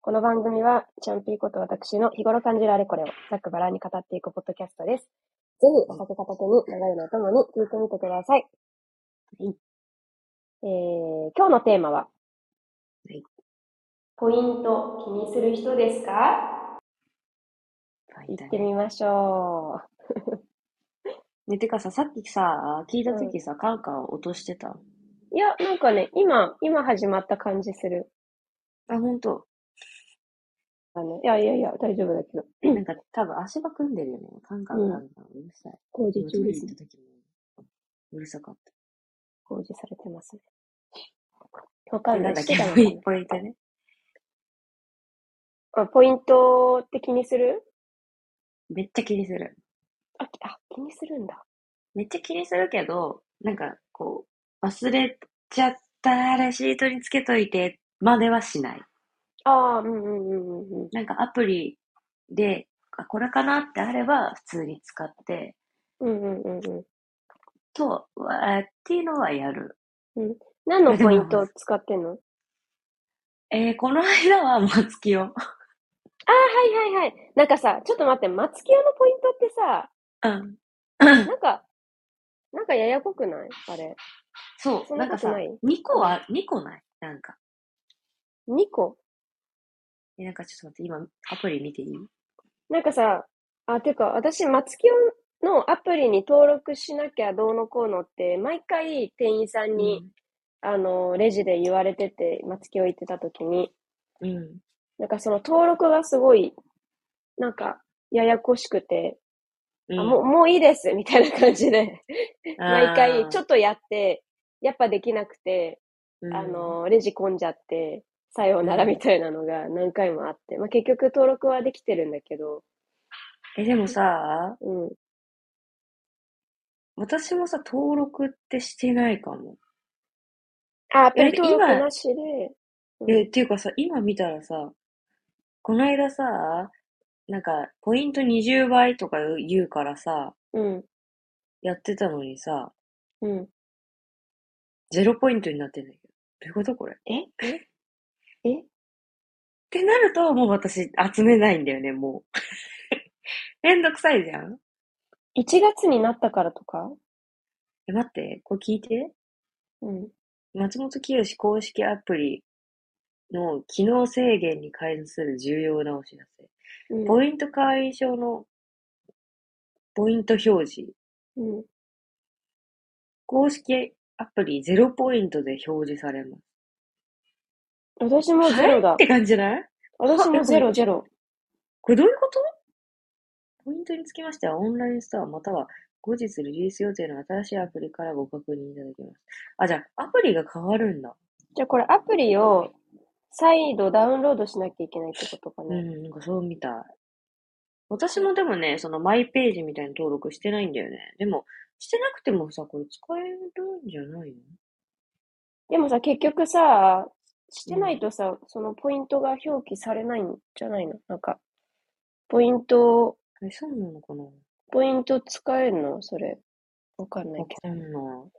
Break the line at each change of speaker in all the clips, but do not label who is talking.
この番組は、ちゃんぴーこと私の日頃感じるあれこれを、ざっくばらんに語っていくポッドキャストです。ぜひ、お酒片手に、長いのともに聞いてみてください。はい。えー、今日のテーマは、
はい。
ポイント、気にする人ですか
はい
行ってみましょう。
ね、てかさ、さっきさ、聞いたときさ、カンカン落としてた。
いや、なんかね、今、今始まった感じする。
あ、ほんと。
あのいやいやいや、大丈夫だけど。
なんか、多分足場組んでるよね。カンカン、
うん
カンカン、うるさい。
工
でもトイレ行ったときも、うるさかっ
工事されてますね。わ
た。
かん
な
な。
いんだっ
して
け
たの
ポ
か
イポイントね。
なあポイントって気にする
めっちゃ気にする。
あ、きあ気にするんだ。
めっちゃ気にするけど、なんか、こう、忘れちゃったレシートにつけといて、まではしない。
ああ、うんうんうんうんうん。
なんかアプリで、あ、これかなってあれば、普通に使って、
うんうんうんうん。
と、わっていうのはやる。
何のポイントを使ってんの
えー、この間はもつきよ。
ああ、はいはいはい。なんかさ、ちょっと待って、松木屋のポイントってさ、
うん。
なんか、なんかややこくないあれ。
そう、
そん
な
な
か
んこ
さ
とない、
2個は、2個ないなんか。
2個。
え、なんかちょっと待って、今、アプリ見ていい
なんかさ、あ、てか、私、松木屋のアプリに登録しなきゃどうのこうのって、毎回店員さんに、あの、レジで言われてて、松木を行ってた時に、
うん。うん。
なんかその登録がすごい、なんか、ややこしくて、
うん
あもう、もういいです、みたいな感じで、毎回ちょ
っ
っとやって、やっぱできなくて、
と
あ、の、レジ混んじゃって、さようならみたいなのが何回もあって、まあ結局登録はできてるんだけど、
え、でもさ、
うん。
私もさ、登録ってしてないかも。
あ、アプリ
いやで
登録
今
なしで、うん
え、っていうかさ、今見たらさ、この間さ、なんか、ポイント20倍とか言うからさ、
うん、
やってたのにさ、
うん。
0ポイントになってんだけど。どういうことこれ。っ
えええ
てなると、もう私、集めないんだよね、もう。 めんどくさいじゃん
?1 月になったからとか
え、待って、これ聞いて。
うん。
松本清公式アプリの機能制限に関する重要なお知らせ。
うん
ポイント解消のポイント表示。
うん。
公式アプリ0ポイントで表示されます。
私もゼロだ
っ。て感じじゃない
私もゼロゼロ。
これどういうことポイントにつきましては、オンラインストアまたは後日リリース予定の新しいアプリからご確認いただけます。あ、じゃあ、アプリが変わるんだ。
じゃあこれアプリを再度ダウンロードしなきゃいけないってことか
う
な。
ん、なんかそうみたい。私もでもね、そのマイページみたいに登録してないんだよね。でも、してなくてもさ、これ使えるんじゃないの
でもさ、結局さ、してないとさ、そのポイントが表記されないんじゃないのなんか、ポイント、
え、そうなのかな
ポイント使えるのそれ。わかんない
わ
け
かんない。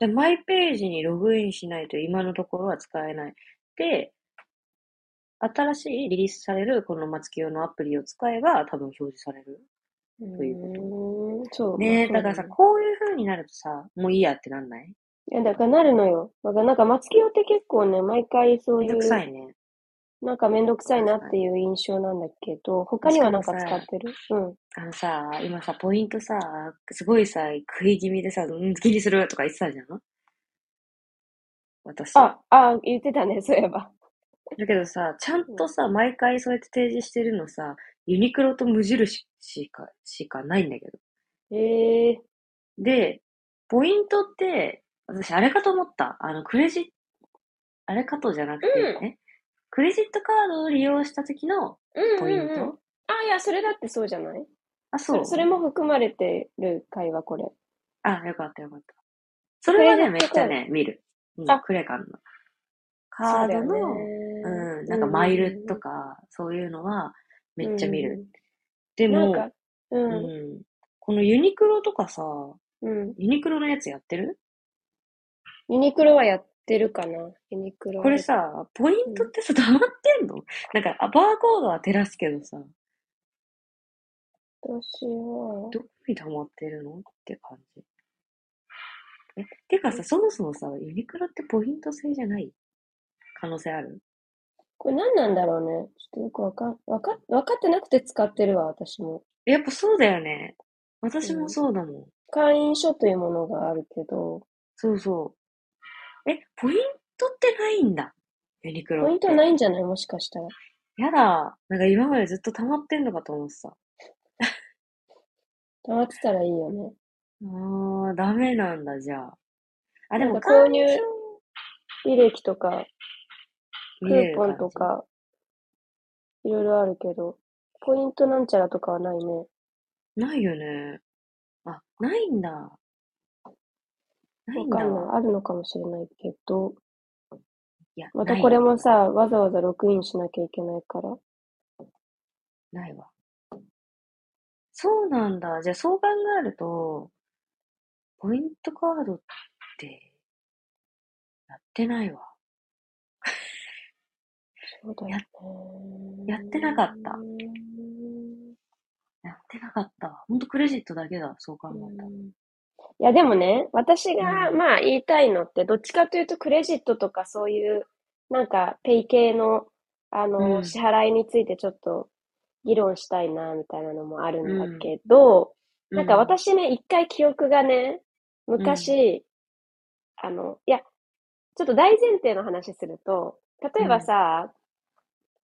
で、マイページにログインしないと今のところは使えない。で、新しいリリースされるこの松木用のアプリを使えば多分表示される。
ど。
ということ
うーん、そう。
ねえ、
ま
だ
あ
からさ、
そう
こういう風になるとさ、もういいやってなんない
だよねいや、だからなるのよ。だからなんか、松木って結構ね、毎回そう
めん
い、
どくさいうね。
なんかめんどくさいなっていう印象なんだけど、他にはなんか使ってるうん。
あのさ、今さ、ポイントさ、すごいさ、食い気味でさ、うん、気にするとか言ってたじゃん私。
あ、あ、言ってたね、そういえば。
だけどさ、ちゃんとさ、毎回そうやって提示してるのさ、ユニクロと無印しか、しかないんだけど。
ええ
で、ポイントって、私あれかと思った。あの、クレジット、あれかとじゃなくてね、クレジットカードを利用した時の
うん
ポイント、
あ、いや、それだってそうじゃない
あ、
そ
そう。
れそれも含まれてる会話、これ。
あ、よかったよかった。それはね、
ク
め
レ
っ
ジッ
ち
トカー
ゃ
ド
ね、見る。うん
あ
クレカンの。カードの、うん、なんかマイルと
か
か、そういうのはめっちゃ見る。。で
でも、
も、
なんかう、
うんん、このユニクロとかさ、
うん。
ユニクロのやつやってる
ユニクロはやっってるかなユニクロ。
これ、さ、ポイントってさ、溜まってんのなんか、あバーコードは照らすけどさ、
私は、
どこに溜まってるのって感じ。え、てかさ、そもそもさ、ユニクロってポイント制じゃない可能性ある
これ何なんだろうね。ちょっとよくわかん、わか、わかってなくて使ってるわ、私も。
やっぱそうだよね。私
う
も
ん
そうだもん。
会員証というものがあるけど、
そうそう。え、ポイントってないんだ。ユニクロっ
ポ
て。
イントないんじゃないもしかしたら。
やだ。なんか今までずっと溜まってんのかと思ってた。あ
溜まってたらいいよね。
ー、ダメなんだ、じゃあ。あ、で
な
も
んか購入
会員証
履歴とか、ク
見れ
ー
る
ポ
感じ
ンと。か、いろいろあるけど、ポイントなんちゃらとかはないね。
ないよね。あ、ないんだ。ない
わ
んだ
かん
わ。
ない。あるのかもしれないけど、
いや、
ま
な
た
い
これ
わ
もさ、わざわざログインしなきゃいけないから。
ないわ。そうなんだ。じゃあそう考えると、ポイントカードって、やってないわ。
そうだよ
や
ね。
やってなかった
う
やってなかったわ。ほんとクレジットだけだ。そう考
ー
えたら。
んいやでもね、私が
うん
まあ言いたいのって、どっちかというとクレジットとかそういう、なんかペイ系の、あ
う
の、
ん。
支払いについてちょっと議論したいな、みたいなのもあるんだ
うん。
けど、
う
なんか
ん。
私ね、一回記憶がね、
うん。
昔、あの、いや、ちょっと大前提の話すると、
う
例えば
ん。
さ、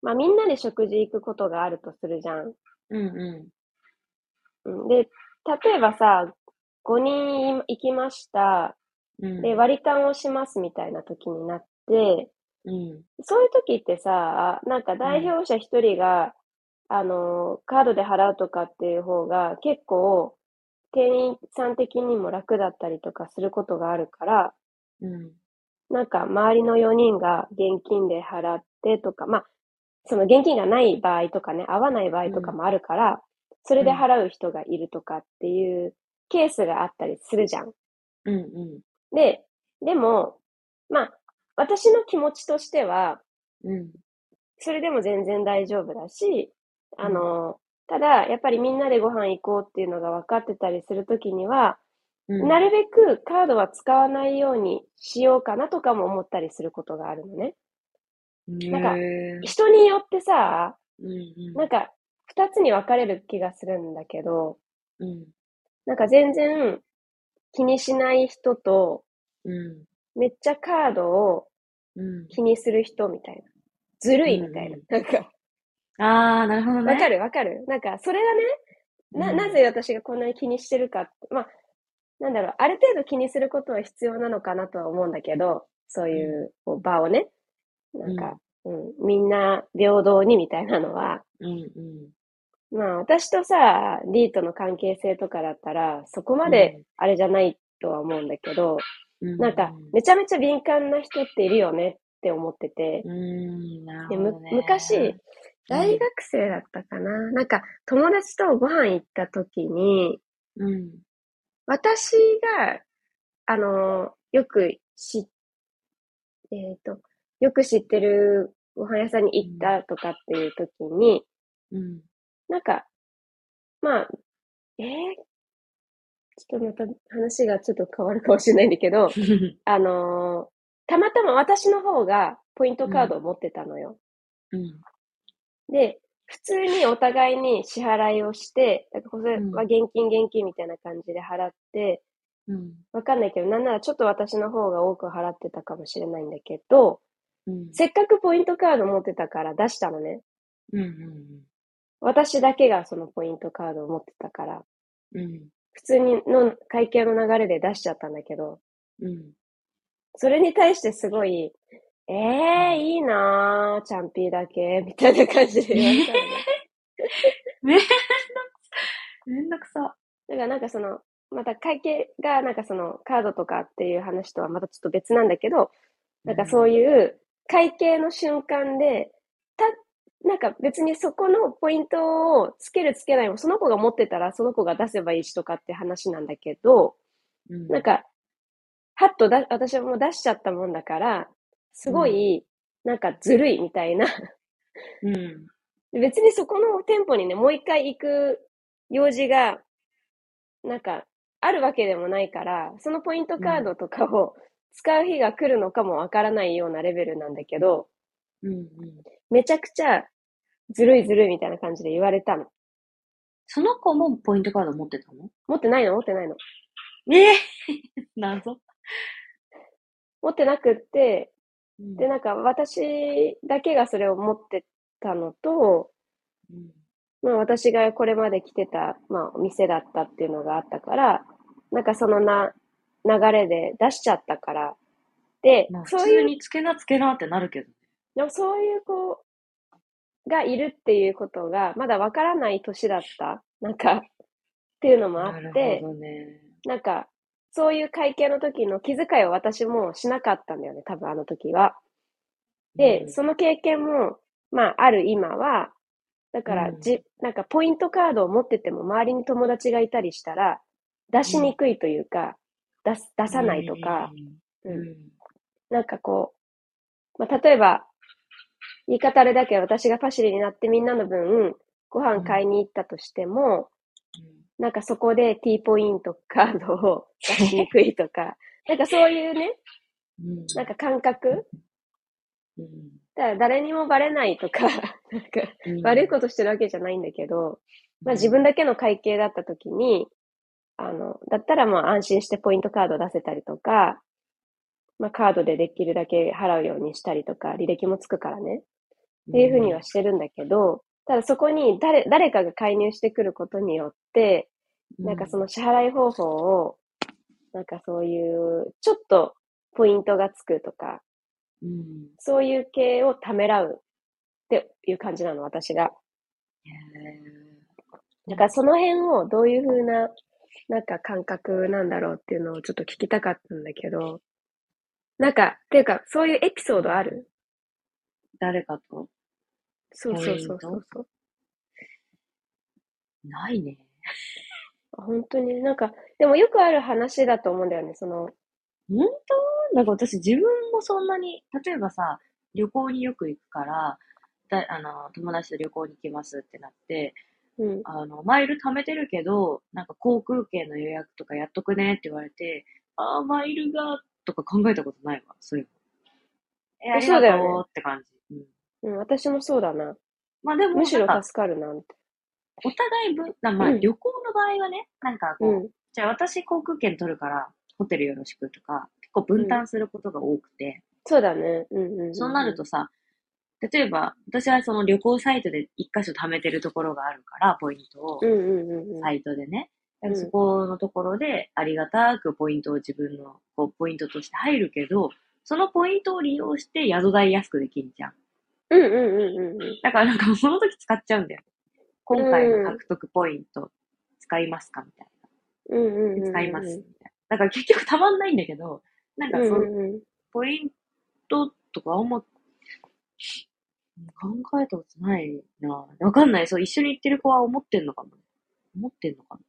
まあみんなで食事行くことがあるとするじゃん。
うんう
うんで、例えばさ、5人行きました。
ん。う
で、
ん。
割り勘をしますみたいな時になって、
うん。
そういう時ってさ、なんか
う
代
ん。
表者一人が、あの、カードで払うとかっていう方が結構、店員さん的にも楽だったりとかすることがあるから、
うん。
なんか周りの4人が現金で払ってとか、まあ、その現金がない場合とかね、合わない場合
う
とか
ん。
もあるから、それ
う
で
ん。
払う人がいるとかっていうケースがあったりするじゃん。
うん。
で、でも、まあ、私の気持ちとしては、
うん。
それでも全然大丈夫だし、
う
あ
ん。
の、ただ、やっぱりみんなでご飯行こうっていうのが分かってたりするときには、
う。
なんるべくカードは使わないようにしようかなとかも思ったりすることがあるのね。なんか、
ねえ。
人によってさ、
うん
なんか、二つに分かれる気がするんだけど、
うん。
なんか全然気にしない人と、
うん。
めっちゃカードを
うん。
気にする人みたいな。ずる
う
いみたいな。
ん。
なんか、
うん。ああ、なるほど
わ
ね。
かるわかるなんか、それがね、
う。
な、なんぜ私がこんなに気にしてるかって、まあ、なんだろう、ある程度気にすることは必要なのかなとは思うんだけど、そう
う
い
ん。
うこう場をね、な
うん
か、
ん。
うん、みんな平等にみたいなのは、
うんうん
まあ、私とさ、リーとの関係性とかだったら、そこま
う
で
ん
あれじゃないとは思うんだけど、
うん
なんか、
うん
めちゃめちゃ敏感な人っているよねって思ってて、
うんなる
で、
ほ
む、
ど
昔、
ねう
大
ん
学生だったかな。なんか、友達とご飯行った時に、
うん
私が、あの、よく知っ、えっと、よく知ってるご飯屋さんに
う
行っ
ん
たとかっていう時に、
うん
なんか、まあ、えーちょっとまた話がちょっと変わるかもしれないんだけど、あのーたまたま私の方がポイント
う
カード
ん
を持ってたのよ。
うん
で、普通にお互いに支払いをして、なんかこ
う
れは
ん
現金現金みたいな感じで払って、
うん
わかんないけど、なんならちょっと私の方が多く払ってたかもしれないんだけど、
うん
せっかくポイントカード持ってたから出したのね。
うんうん
私だけがそのポイントカードを持ってたから、
うん
普通にの会計の流れで出しちゃったんだけど、
うん
それに対してすごい、
う
ええー、
ん
いいなぁ、ちゃんぴーだけ、みたいな感じで言われたの ね。
めめんどくさ。
だからなんかその、また会計がなんかそのカードとかっていう話とはまたちょっと別なんだけど、
う。
なんかそうんいう会計の瞬間で、た、なんか別にそこのポイントをつけるつけないも、その子が持ってたらその子が出せばいいしとかって話なんだけど、
う
なん
ん。
かはっとだ、私はもう出しちゃったもんだから、すごい、なんかずるいみたいな。
うん。
別にそこの店舗にね、もう一回行く用事が、なんか、あるわけでもないから、そのポイントカードとかを使う日が来るのかもわからないようなレベルなんだけど、
うんうん。
めちゃくちゃ、ずるいずるいみたいな感じで言われたの。
その子もポイントカード持ってたの
持ってないの持ってないの
ええ 謎。
持ってなくって、
うん
で、なんか私だけがそれを持ってたのと、
うん
まあ私がこれまで来てた、まあお店だったっていうのがあったから、なんかそのな、流れで出しちゃったから、で
まあ、、普
そうい
通
う、
につけなつけなってなるけど。
でもそういう子がいるっていうことが、まだわからない年だった、なんか、っていうのもあ
な
っ
る
て
ほ、どね。
なんか、そういう会計の時の気遣いを私もしなかったんだよね、多分あの時は。で、
うん
その経験も、まあ、ある今は、だから、
うん
じ、なんか、ポイントカードを持ってても、周りに友達がいたりしたら、出しにくいというか、出す、出さないとか、。
うん。
うんなんかこう、まあ、例えば、言い方あれだけど、私がパシリになってみんなの分、ご飯買いに行ったとしても、なんかそこで T ポイントカードを出しにくいとか、なんかそういうね、
うん。うん
なんか感覚
うん
だから誰にもバレないとか、 なんか
うん
悪いことしてるわけじゃないんだけど、まあ自分だけの会計だった時に、あの、だったらまあ安心してポイントカード出せたりとか、まあカードでできるだけ払うようにしたりとか、履歴もつくからね、っていうふうにはしてるんだけど、ただそこに誰、誰かが介入してくることによって、なんかその支払い方法を、なんかそういう、ちょっとポイントがつくとか、
うん、うん
そういう系をためらうっていう感じなの、私が。
へ
だからその辺をどういう風な、なんか感覚なんだろうっていうのをちょっと聞きたかったんだけど、なんか、っていうか、そういうエピソードある
ー誰かと
そうそうそうそうそう。
ないね。
本当になんか、でもよくある話だと思うんだよね、その、
本当なんか私自分もそんなに、例えばさ、旅行によく行くから、だあの友達と旅行に行きますってなって、
うん、
あの、マイル貯めてるけど、なんか航空券の予約とかやっとくねって言われて、ああ、マイルが、とか考えたことないわ、そういうの。え、あ
え
り
そ
が
うだよね
とうって感じ。うん、
うん、私もそうだな。
まあでも、
むしろ
なんか、
助かるな、みたい
お互い分、なまあ
うん
旅行の場合はね、なんかこ
な。
う、
うん、
じゃあ私航空券取るから、ホテルよろしくとか、結構分担することが多くて、
そうだね。うん、うんうん。
そうなるとさ、例えば、私はその旅行サイトで一箇所貯めてるところがあるから、ポイントを
う、ん、うん、うんうん。
サイトでね。
うん
そこのところで、ありがたくポイントを自分のこうポイントとして入るけど、そのポイントを利用して宿代安くできんじゃん。
うん、うん、うん、うんうん。
だからなんかその時使っちゃうんだよ。今回の獲得ポイント使いますかみたい
うんうんうんう
な。
ん。
使います。みたいな。だから結局たまんないんだけど、なん
う
か
ん
その
うんうん。
ポイントとかあんま、考えたことないな。わかんない。そう、一緒に行ってる子は思ってんのかも。思ってんのかも。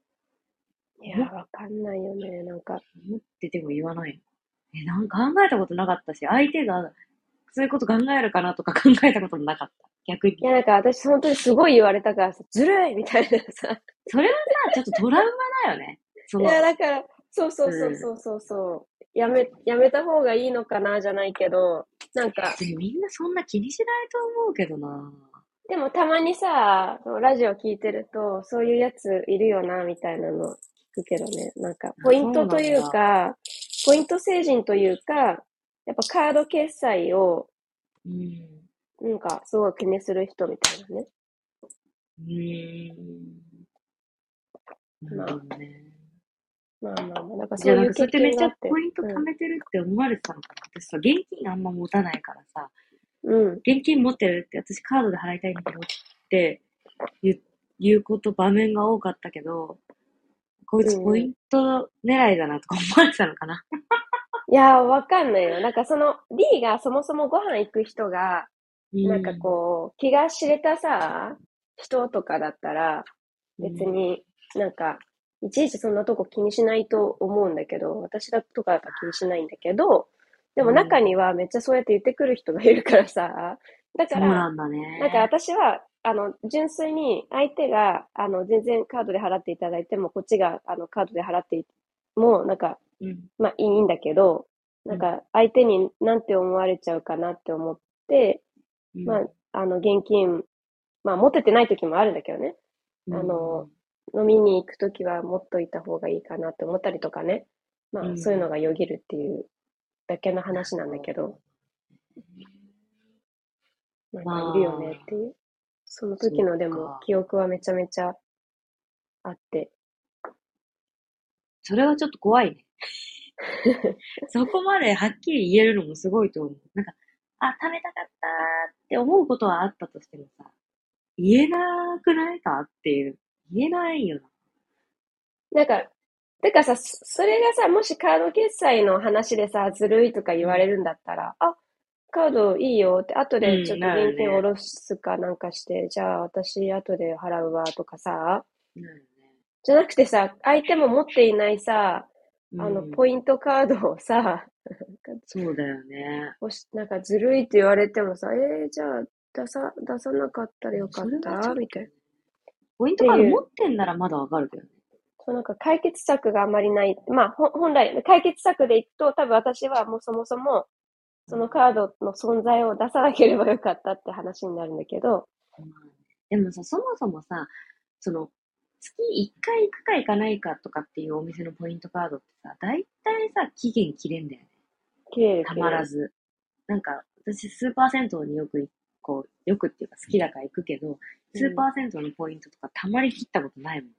いや、わかんないよね。なんか、
思ってても言わないの。え、なんか考えたことなかったし、相手が、そういうこと考えるかなとか考えたこともなかった。逆に
い。や、なんか私本当にすごい言われたからさ、ずるいみたいなさ。
それはさ、ちょっとトラウマだよね。そ
い
の、
や、だから、そうそうそうそうそうそう。やめ、やめた方がいいのかな、じゃないけど、なんか、
でみんなそんな気にしないと思うけどな。
でもたまにさ、そのラジオ聞いてると、そういうやついるよな、みたいなの聞くけどね。なんか、ポイントという
そう
か、ポイント成人というか、やっぱカード決済を、
うん。
なんか、すごい気にする人みたいなね。
うーん。なるほどね。
まあまあまあ、なんか
じ
そ
ゃあ
う
ないん
う
かそう
経
やってめっ
験
ち
があ
ゃ
って。
ポイント貯めてるって思われてたのかな。私さ、現金あんま持たないからさ、
うん。うん。
現金持ってるって私カードで払いたいんだけどって言う言うこと場面が多かったけど、こいつポイント狙いだなとか思われてたのかな。
いやー、わかんないよ。なんかその D がそもそもご飯行く人が、
う
なんかこう、気が知れたさ、人とかだったら、別になんかいちいちそんなとこ気にしないと思うんだけど、私だとかだから気にしないんだけど、でも
うん
中にはめっちゃそうやって言ってくる人がいるからさ、だ
そ
か
う
ら、
なんだね。
なんか私は、あの、純粋に相手が、あの、全然カードで払っていただいても、こっちが、あの、カードで払っていも、なんか、
うん。
まあいいんだけど、なんか相手になんて思われちゃうかなって思って、
うん
まあ、あの、現金、まあ持ててない時もあるんだけどね。あの、飲みに行く時は持っといた方がいいかなって思ったりとかね。ま
う
あ
ん
そういうのがよぎるっていうだけの話なんだけど、なんかいるよねっていう。その時ので
そう
も
か
記憶はめちゃめちゃあって。
それはちょっと怖 いね。そこまではっきり言えるのもすごいと思う。なんか、あ、食べたかったって思うことはあったとしてもさ、言えなくないかっていう。言えないよな。
なんか、てかさ、そそれがさ、もしカード決済の話でさ、ずるいとか言われるんだったら、あ、カードいいよって、後
う
で
ん
ちょっと
なるね
現金下ろすかなんかして、じゃあ私後で払うわとかさ、じゃなくてさ、相手も持っていないさ、あの、ポ
イン
イントカードをさ、
そうだよね。
おしなんかずるいって言われてもさ、えー、じゃあ出さ、出さなかったらよかっ
それはちょ
た
っと
みたいな。
ポイントカード
っていう
持ってんならまだわかるけどね。
そう、なんか解決策があまりない。まあ、ほ本来、解決策でいくと、多分私はもうそもそも、そのカードの存在を出さなければよかったって話になるんだけど、
でもさ、そもそもさ、その、月1回行くか行かないかとかっていうお店のポイントカードってさ、大体さ、期限切れんだよね。
切れる
た
切
ま
れ
ら
る。
ず。なんか、私、スーパー銭湯によく行く、こう、よくっていうか好きだから行くけど、スーパー銭湯のポイントとかたまり切ったことないもんね。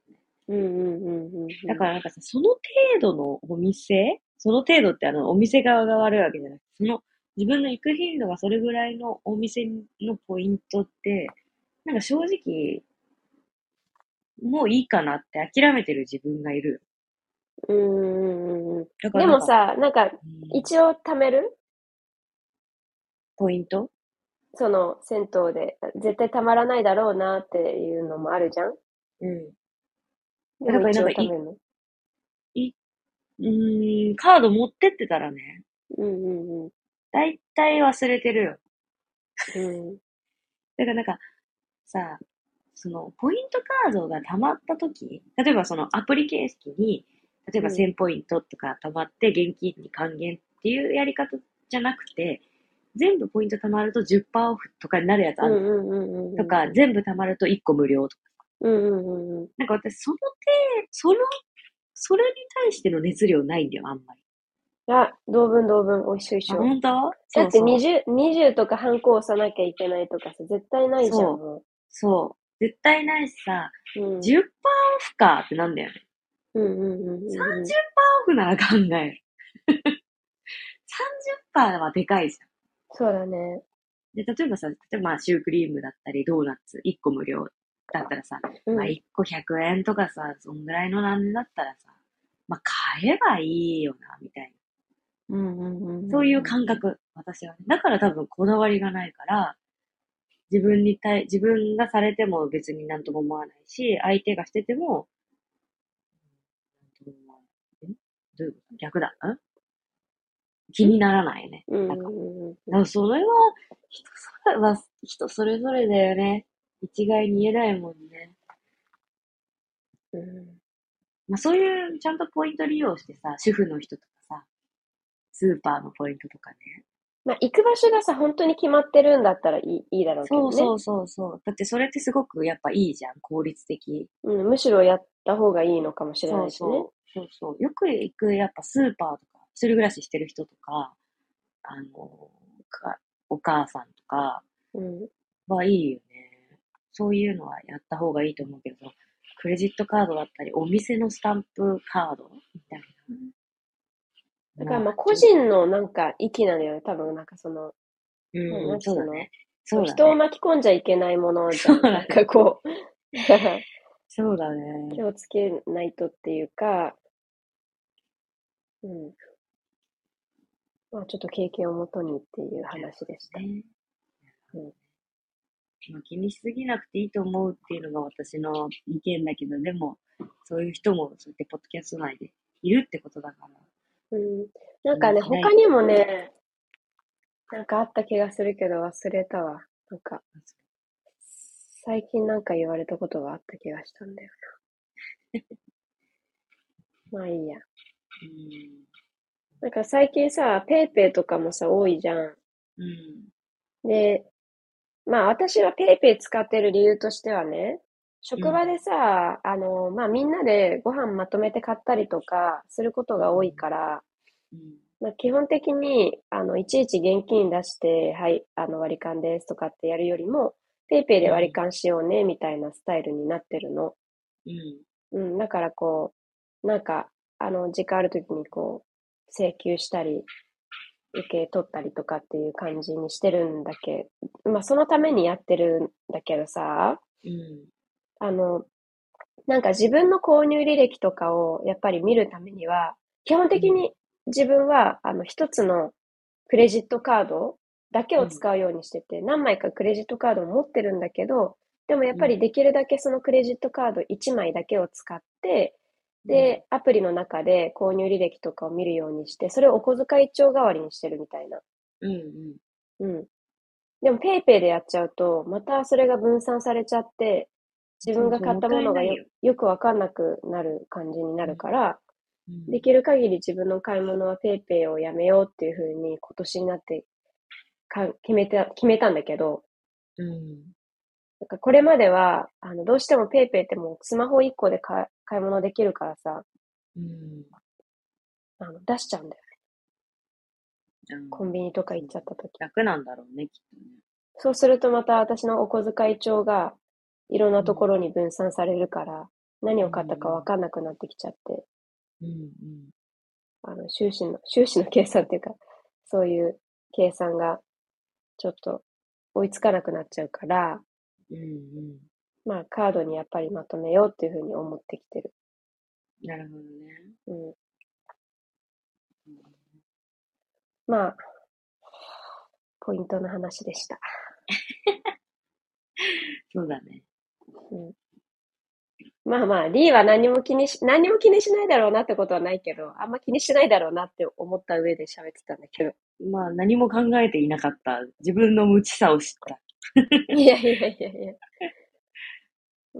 うんうんうんうんうん。
だからなんかさ、その程度のお店その程度ってあの、お店側が悪いわけじゃなくて、その、自分の行く頻度がそれぐらいのお店のポイントって、なんか正直、もういいかなって諦めてる自分がいる。
うんうんうんうん。
だか
で
らなん
も
か、
さ、なんか、
うん
一応貯める
ポイント
その、銭湯で。絶対貯まらないだろうなっていうのもあるじゃん
うん。
で
だから
も
な
一
ん
応
か
貯めるの
うーん、カード持ってってたらね、
うんうんうん。
だいたい忘れてるよ。
うん
だからなんか、さ、その、ポイントカードが溜まった時、例えばそのアプリ形式に、例えば
うん
1000ポイントとか溜まって現金に還元っていうやり方じゃなくて、全部ポイント溜まると10%オフとかになるやつ
う
あ
ん
る、
うんうんうんうん。
とか、全部溜まると1個無料とか。
うんうんうんうん。
なんか私、その手、その、それに対しての熱量ないんだよ、あんまり。
あ、同分同分、おいしょ一
あ、
緒。
本当
だって
そうそう。
20、20とかハンコ押さなきゃいけないとかさ、絶対ないじゃん、
そう
も
そう。絶対ないしさ、
う。うん。
10%オフかってなんだよね。
うんうんうんうんうん。
オフなら考える。30%はでかいじゃん。
そうだね。
で、例えばさ、例えばまあシュークリームだったり、ドーナツ1個無料だったらさ、
うん。
まあ1個100円とかさ、そんぐらいのなんだったらさ、まあ買えばいいよな、みたい
うんうんうん。
な。そういう感覚、私はね。だから多分こだわりがないから、自分に対、自分がされても別になんとも思わないし、相手がしてても、なんとも思わない。んどういうこと逆だ。ん気にならないね。
うん
な
うん
か
んうん。
あ、それは、人それは、人それぞれだよね。一概に言えないもんね。
うん
まあそういう、ちゃんとポイント利用してさ、主婦の人とかさ、スーパーのポイントとかね。
まあ、行く場所がさ、本当に決まってるんだったらいい、いいだろうけ
そ
ど
う
ね。
そうそうそう。だってそれってすごくやっぱいいじゃん。効率的。
うん、むしろやった方がいいのかもしれ
そ
な
う
いしね
そ。う。そうそう。よく行く、やっぱスーパーとか、一人暮らししてる人とか、あの、かお母さんとか、
うん。
はいいよね。そういうのはやった方がいいと思うけど、クレジットカードだったり、お店のスタンプカードみたいな。
だからま
もう
あ、個、人のなんか、域なのよね。多分、なんかその、
うん、
なんつ
そううだ
の
ね。そうだ
人を
ね。
巻き込んじゃいけないものじゃん。
そうだね
なんかこう、
そうだね
気。をつけないとっていうか、うん。まあ、ちょっと経験をもとにっていう話でした。
ねまあ、気にしすぎなくていいと思うっていうのが私の意見だけど、でも、そういう人もそうやってポッドキャスト内でいるってことだから。
うん。なんかね、
気にしない
他にもね、なんかあった気がするけど忘れたわ。なんか、最近なんか言われたことがあった気がしたんだよ な。まあいいや。なんか最近さ、ペイペイとかもさ、多いじゃん。
うん。うん。
で、まあ私はペイペイ使ってる理由としてはね、職場でさ、あの、まあみんなでご飯まとめて買ったりとかすることが多いから、
うん。
まあ、基本的に、あの、いちいち現金出して、はい、あの、割り勘ですとかってやるよりも、ペイペイで割り勘しようね、みたいなスタイルになってるの。
うん。
うん、だからこう、なんか、あの、時間あるときにこう、請求したり、受け取ったりとかっていう感じにしてるんだけまあ、そのためにやってるんだけどさ、
うん。
あの、なんか自分の購入履歴とかをやっぱり見るためには、基本的に自分は、あの、一つのクレジットカードだけを使うようにしてて、何枚かクレジットカードを持ってるんだけど、でもやっぱりできるだけそのクレジットカード1枚だけを使って、で、アプリの中で購入履歴とかを見るようにして、それをお小遣い帳代わりにしてるみたいな。
うん。うん。
うん。でも、ペイペイでやっちゃうと、またそれが分散されちゃって、自分が買ったも
そ
のが
うそうもったいない
よ
よ
よくわかんなくなる感じになるから、
うん。
できる限り自分の買い物はペイペイをやめようっていうふうに今年になってか決めた、決めたんだけど、
うん。
なんかこれまでは、あの、どうしてもペイペイってもうスマホ1個で買い買い物できるからさ、
うん。
あの出しちゃうんだよ。
うん
コンビニとか行っちゃった時。
楽なんだろうね、きっとね。
そうするとまた私のお小遣い帳がいろんなところに分散されるから、何を買ったかわかんなくなってきちゃって、
うん。
あの、収支の、収支の計算っていうか、そういう計算がちょっと追いつかなくなっちゃうから、
うん。うん。うん。
まあカードにやっぱりまとめようっていうふうに思ってきてる。
なるほどね。
うん。
うん
まあ、ポイントの話でした。
そうだね。
まあまあ、D は何も気にし、何も気にしないだろうなってことはないけど、あんま気にしないだろうなって思った上で喋ってたんだ けど。
まあ、何も考えていなかった。自分の無知さを知った。
いやいやいやいや。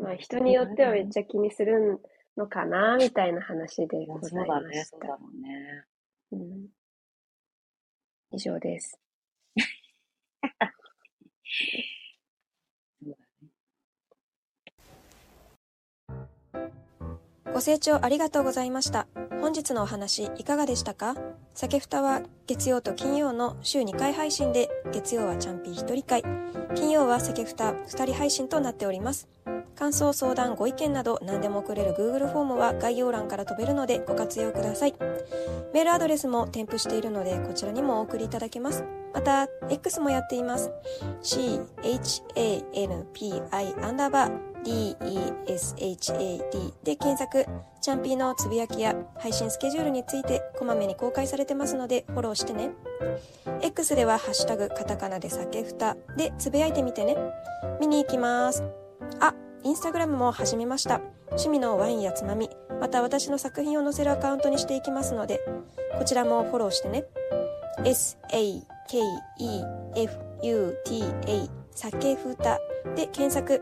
まあ人によってはめっちゃ気にするのかな、みたいな話で
ま
ご
あそ
ざ
う
い
だ
ま
ね、
し
そうだ
た。
ろうね。
うん以上です。
ご清聴ありがとうございました。本日のお話いかがでしたか酒ふたは月曜と金曜の週2回配信で、月曜はチャンピー1人会、金曜は酒ふた2人配信となっております。感想、相談、ご意見など何でも送れる Google フォームは概要欄から飛べるのでご活用ください。メールアドレスも添付しているのでこちらにもお送りいただけます。また、X もやっています。chanpi アンダーバー deshad で検索。チャンピーのつぶやきや配信スケジュールについてこまめに公開されてますのでフォローしてね。X ではハッシュタグカタカナで酒ふたでつぶやいてみてね。見に行きます。あ、インスタグラムも始めました。趣味のワインやつまみ、また私の作品を載せるアカウントにしていきますので、こちらもフォローしてね。s-a-k-e-f-u-t-a 酒ふたで検索。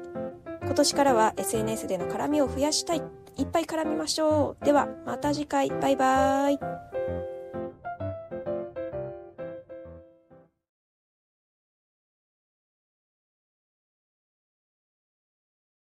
今年からは SNS での絡みを増やしたい。いっぱい絡みましょう。では、また次回。バイバイ。